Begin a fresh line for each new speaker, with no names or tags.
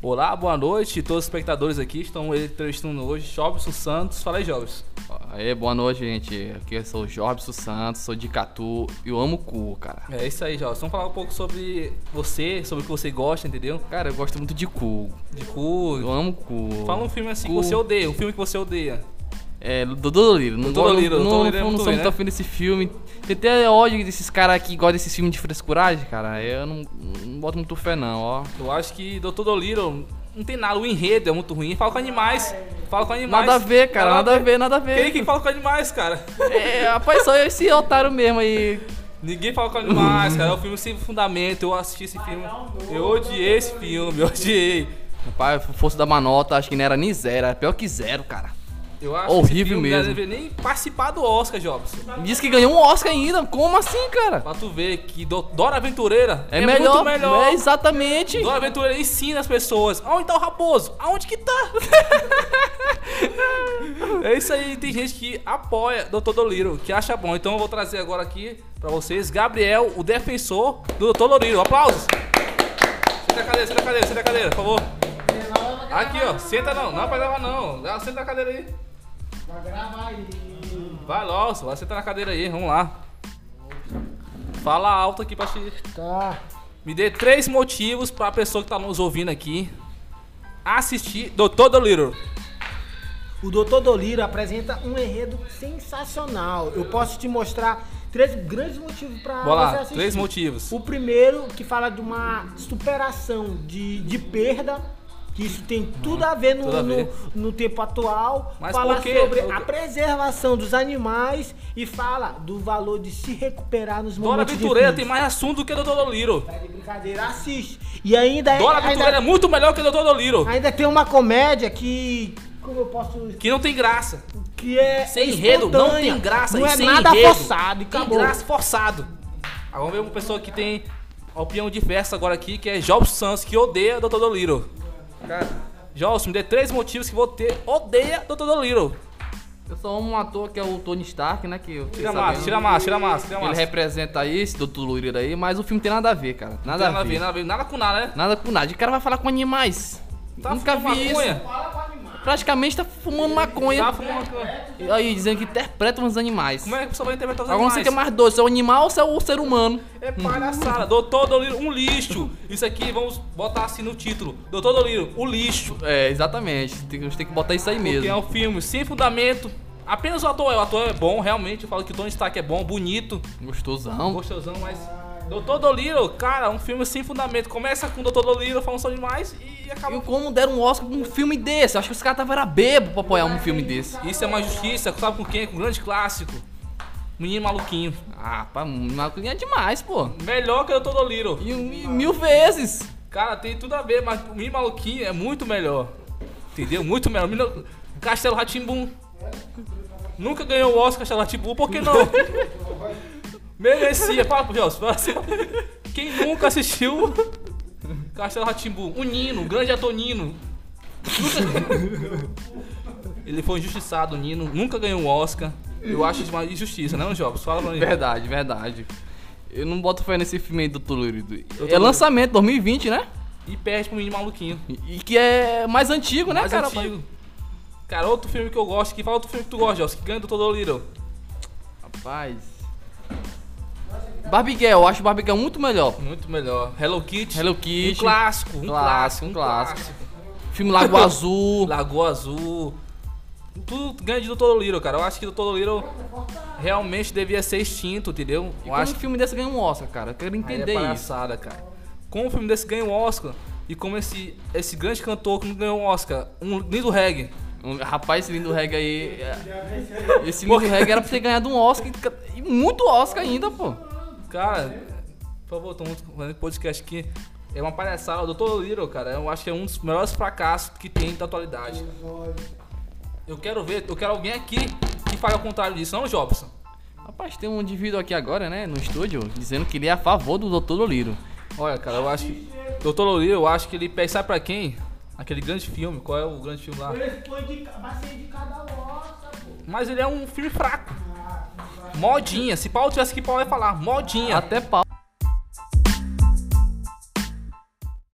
Olá, boa noite. Todos os espectadores aqui estão entrevistando hoje Jobson Santos. Fala aí, Jobson.
Aê, boa noite, gente. Aqui eu sou o Jobson Santos, sou de Catu e eu amo cu, cara.
É isso aí, Jobson. Vamos falar um pouco sobre você, sobre o que você gosta, entendeu?
Cara, eu gosto muito de cu.
De cu.
Eu amo cu.
Fala um filme assim que você odeia, um filme que você odeia.
É, do Doliro. Não,
Dodô
gosto-
Liro, Dodô
não,
Liro é
não,
muito
sou
bem,
muito
né?
afim desse filme. Tem até ódio desses caras que gostam desses filmes de frescuragem, cara. Eu não, não boto muito fé, não, ó.
Eu acho que Dr. Dolittle não tem nada, o enredo é muito ruim. Fala com animais. Fala com animais.
Nada a ver, cara. Nada a ver, nada a
Quem é
ver.
que fala com animais, cara?
É, rapaz, só esse otário mesmo aí.
Ninguém fala com animais, cara. É um filme sem fundamento. Eu assisti esse filme. Eu odiei esse filme, eu odiei.
Rapaz, se fosse dar uma nota, acho que não era nem zero, era pior que zero, cara.
Eu acho que
Horrível
esse filme
mesmo.
não deveria nem participar do Oscar, Jobs.
Diz que ganhou um Oscar ainda. Como assim, cara?
Pra tu ver que Do- Dora Aventureira
É,
muito
melhor,
melhor.
É exatamente.
Dora Aventureira ensina as pessoas. Aonde tá o raposo? Aonde que tá? é isso aí, tem gente que apoia Dr. Doliro, que acha bom. Então eu vou trazer agora aqui pra vocês Gabriel, o defensor do Dr. Doliro. Aplausos! Senta a cadeira, senta a cadeira, senta a cadeira, por favor. Aqui, ó, senta não, não é pra gravar não. Dá- Senta na cadeira aí.
Pra gravar aí.
Vai, nossa, vai sentar na cadeira aí, vamos lá. Fala alto aqui pra te.
Tá.
Me dê três motivos pra pessoa que tá nos ouvindo aqui assistir Doutor Doliro.
O Dr. Doliro apresenta um enredo sensacional. Eu posso te mostrar três grandes motivos pra
Bora
Ah, você
lá,
assistir.
três motivos.
O primeiro, que fala de uma superação de, de perda, que isso tem tudo a ver no,
tudo a
no-
ver.
no tempo atual.
Mas
fala
por quê?
sobre
Por quê?
a preservação dos animais e fala do valor de se recuperar nos
Dora
momentos
Aventureira tem
difíceis.
mais assunto do que Doutor Doliro.
Tá de brincadeira, assiste. E ainda é-
Dora
ainda-
Aventureira é muito melhor que Doutor Doliro.
Ainda tem uma comédia que. Como eu posso.
Que não tem graça.
Que é.
Sem enredo, não
espontânea,
tem graça.
Não
e
é
sem
nada
enredo.
forçado e
Tem
acabou.
graça forçado. Agora vem uma pessoa que tem a opinião diversa agora aqui, que é Jobs Santos, que odeia Dr. Doliro. Cara, Jobs, me dê três motivos que você odeia Dr. Doliro.
Eu só amo um ator que é o Tony Stark, né? Que eu fiquei
Tira a
sabendo.
massa, tira a massa, tira a massa, tira a
Ele é
massa.
representa esse Dr. Lurir aí, mas o filme tem nada a ver, cara. Nada,
Nada a ver, nada a ver, nada com nada, né?
Nada com nada. O cara vai falar com animais.
Tá
Nunca
fumando
vi
maconha?
isso. Praticamente tá fumando maconha.
Tá fumando maconha.
E Aí, dizendo que interpreta uns animais.
Como é que a pessoa vai interpretar os
Agora não
animais?
sei o que é mais doce, se é o animal ou se é o ser humano.
É palhaçada. Doutor Doliro, um lixo. Isso aqui, vamos botar assim no título. Doutor Doliro, o lixo.
É, exatamente. Tem, a gente tem que botar isso aí
Porque é
mesmo.
um filme sem fundamento. Apenas o ator. é- O ator é bom, realmente. Eu falo que o Tony Stark é bom, bonito,
Gostosão.
gostosão, mas... Doutor Doliro, cara, um filme sem fundamento. Começa com Doutor Doliro falando sobre demais e
E
acaba...
como deram um Oscar pra um filme desse? Eu Acho que os caras estavam era bebo pra apoiar um filme desse.
Isso é uma justiça, sabe com quem? Com um grande clássico. Menino maluquinho.
Ah, pá, maconha é demais, pô.
Melhor que o Doutor Doliro.
E, e mil vezes.
Cara, tem tudo a ver, mas o Mim Maluquinho é muito melhor. Entendeu? Muito melhor. Menino- Castelo Ratimbum. Nunca ganhou o Oscar Castelo Ratimbum, por que não? Merecia. Fala pro Gelson. fala assim. Quem nunca assistiu Castelo Ratimbum? O Nino, o grande ator Nino. Nunca- Ele foi injustiçado, o Nino. Nunca ganhou o Oscar. Eu acho isso uma injustiça, não, Jobs? Fala pra mim.
Verdade, verdade. Eu não boto fé nesse filme aí do Tolurido. É
Dolorido.
lançamento, 2020, né?
E perde pro Menino Maluquinho.
E e que é mais antigo, né,
mais
cara?
antigo. Cara, outro filme que eu gosto, que fala outro filme que tu gosta, Jobs, que ganha do Todo Little.
Rapaz. Barbiguel, eu acho Barbiguel muito melhor.
Muito melhor. Hello Kitty.
Hello Kitty.
Um clássico, um clássico,
Clássico,
um
um
clássico.
Filme Lago Azul.
Lagoa Azul. Tudo ganha de Doutor Little, cara. Eu acho que Doutor Little realmente devia ser extinto, entendeu?
E
Eu
como
acho
um filme desse ganha um Oscar, cara? Eu quero
Aí
entender
é
isso.
palhaçada, cara. Como um filme desse ganha um Oscar, e como esse, esse grande cantor que não ganhou um Oscar, um lindo reggae.
Um- Rapaz, esse lindo reggae aí. é- Esse lindo reggae era pra ter ganhado um Oscar. e ca- E muito Oscar ainda, pô.
Cara, por favor, tô muito fazendo podcast aqui. É uma palhaçada. O Dr. Little, cara, eu acho que é um dos melhores fracassos que tem da atualidade. cara. Eu quero ver, eu quero alguém aqui que fale ao contrário disso, não, Jobson?
Rapaz, tem um indivíduo aqui agora, né, no estúdio, dizendo que ele é a favor do Dr. Doliro.
Olha, cara, eu acho que. Dr. Little, eu acho que ele pede, sabe pra quem? Aquele grande filme, qual é o grande filme lá?
Ele foi de, vai ser de cada ossa, pô.
Mas ele é um filme fraco. Modinha, se Paulo tivesse que Paulo ia falar, modinha.
Até pau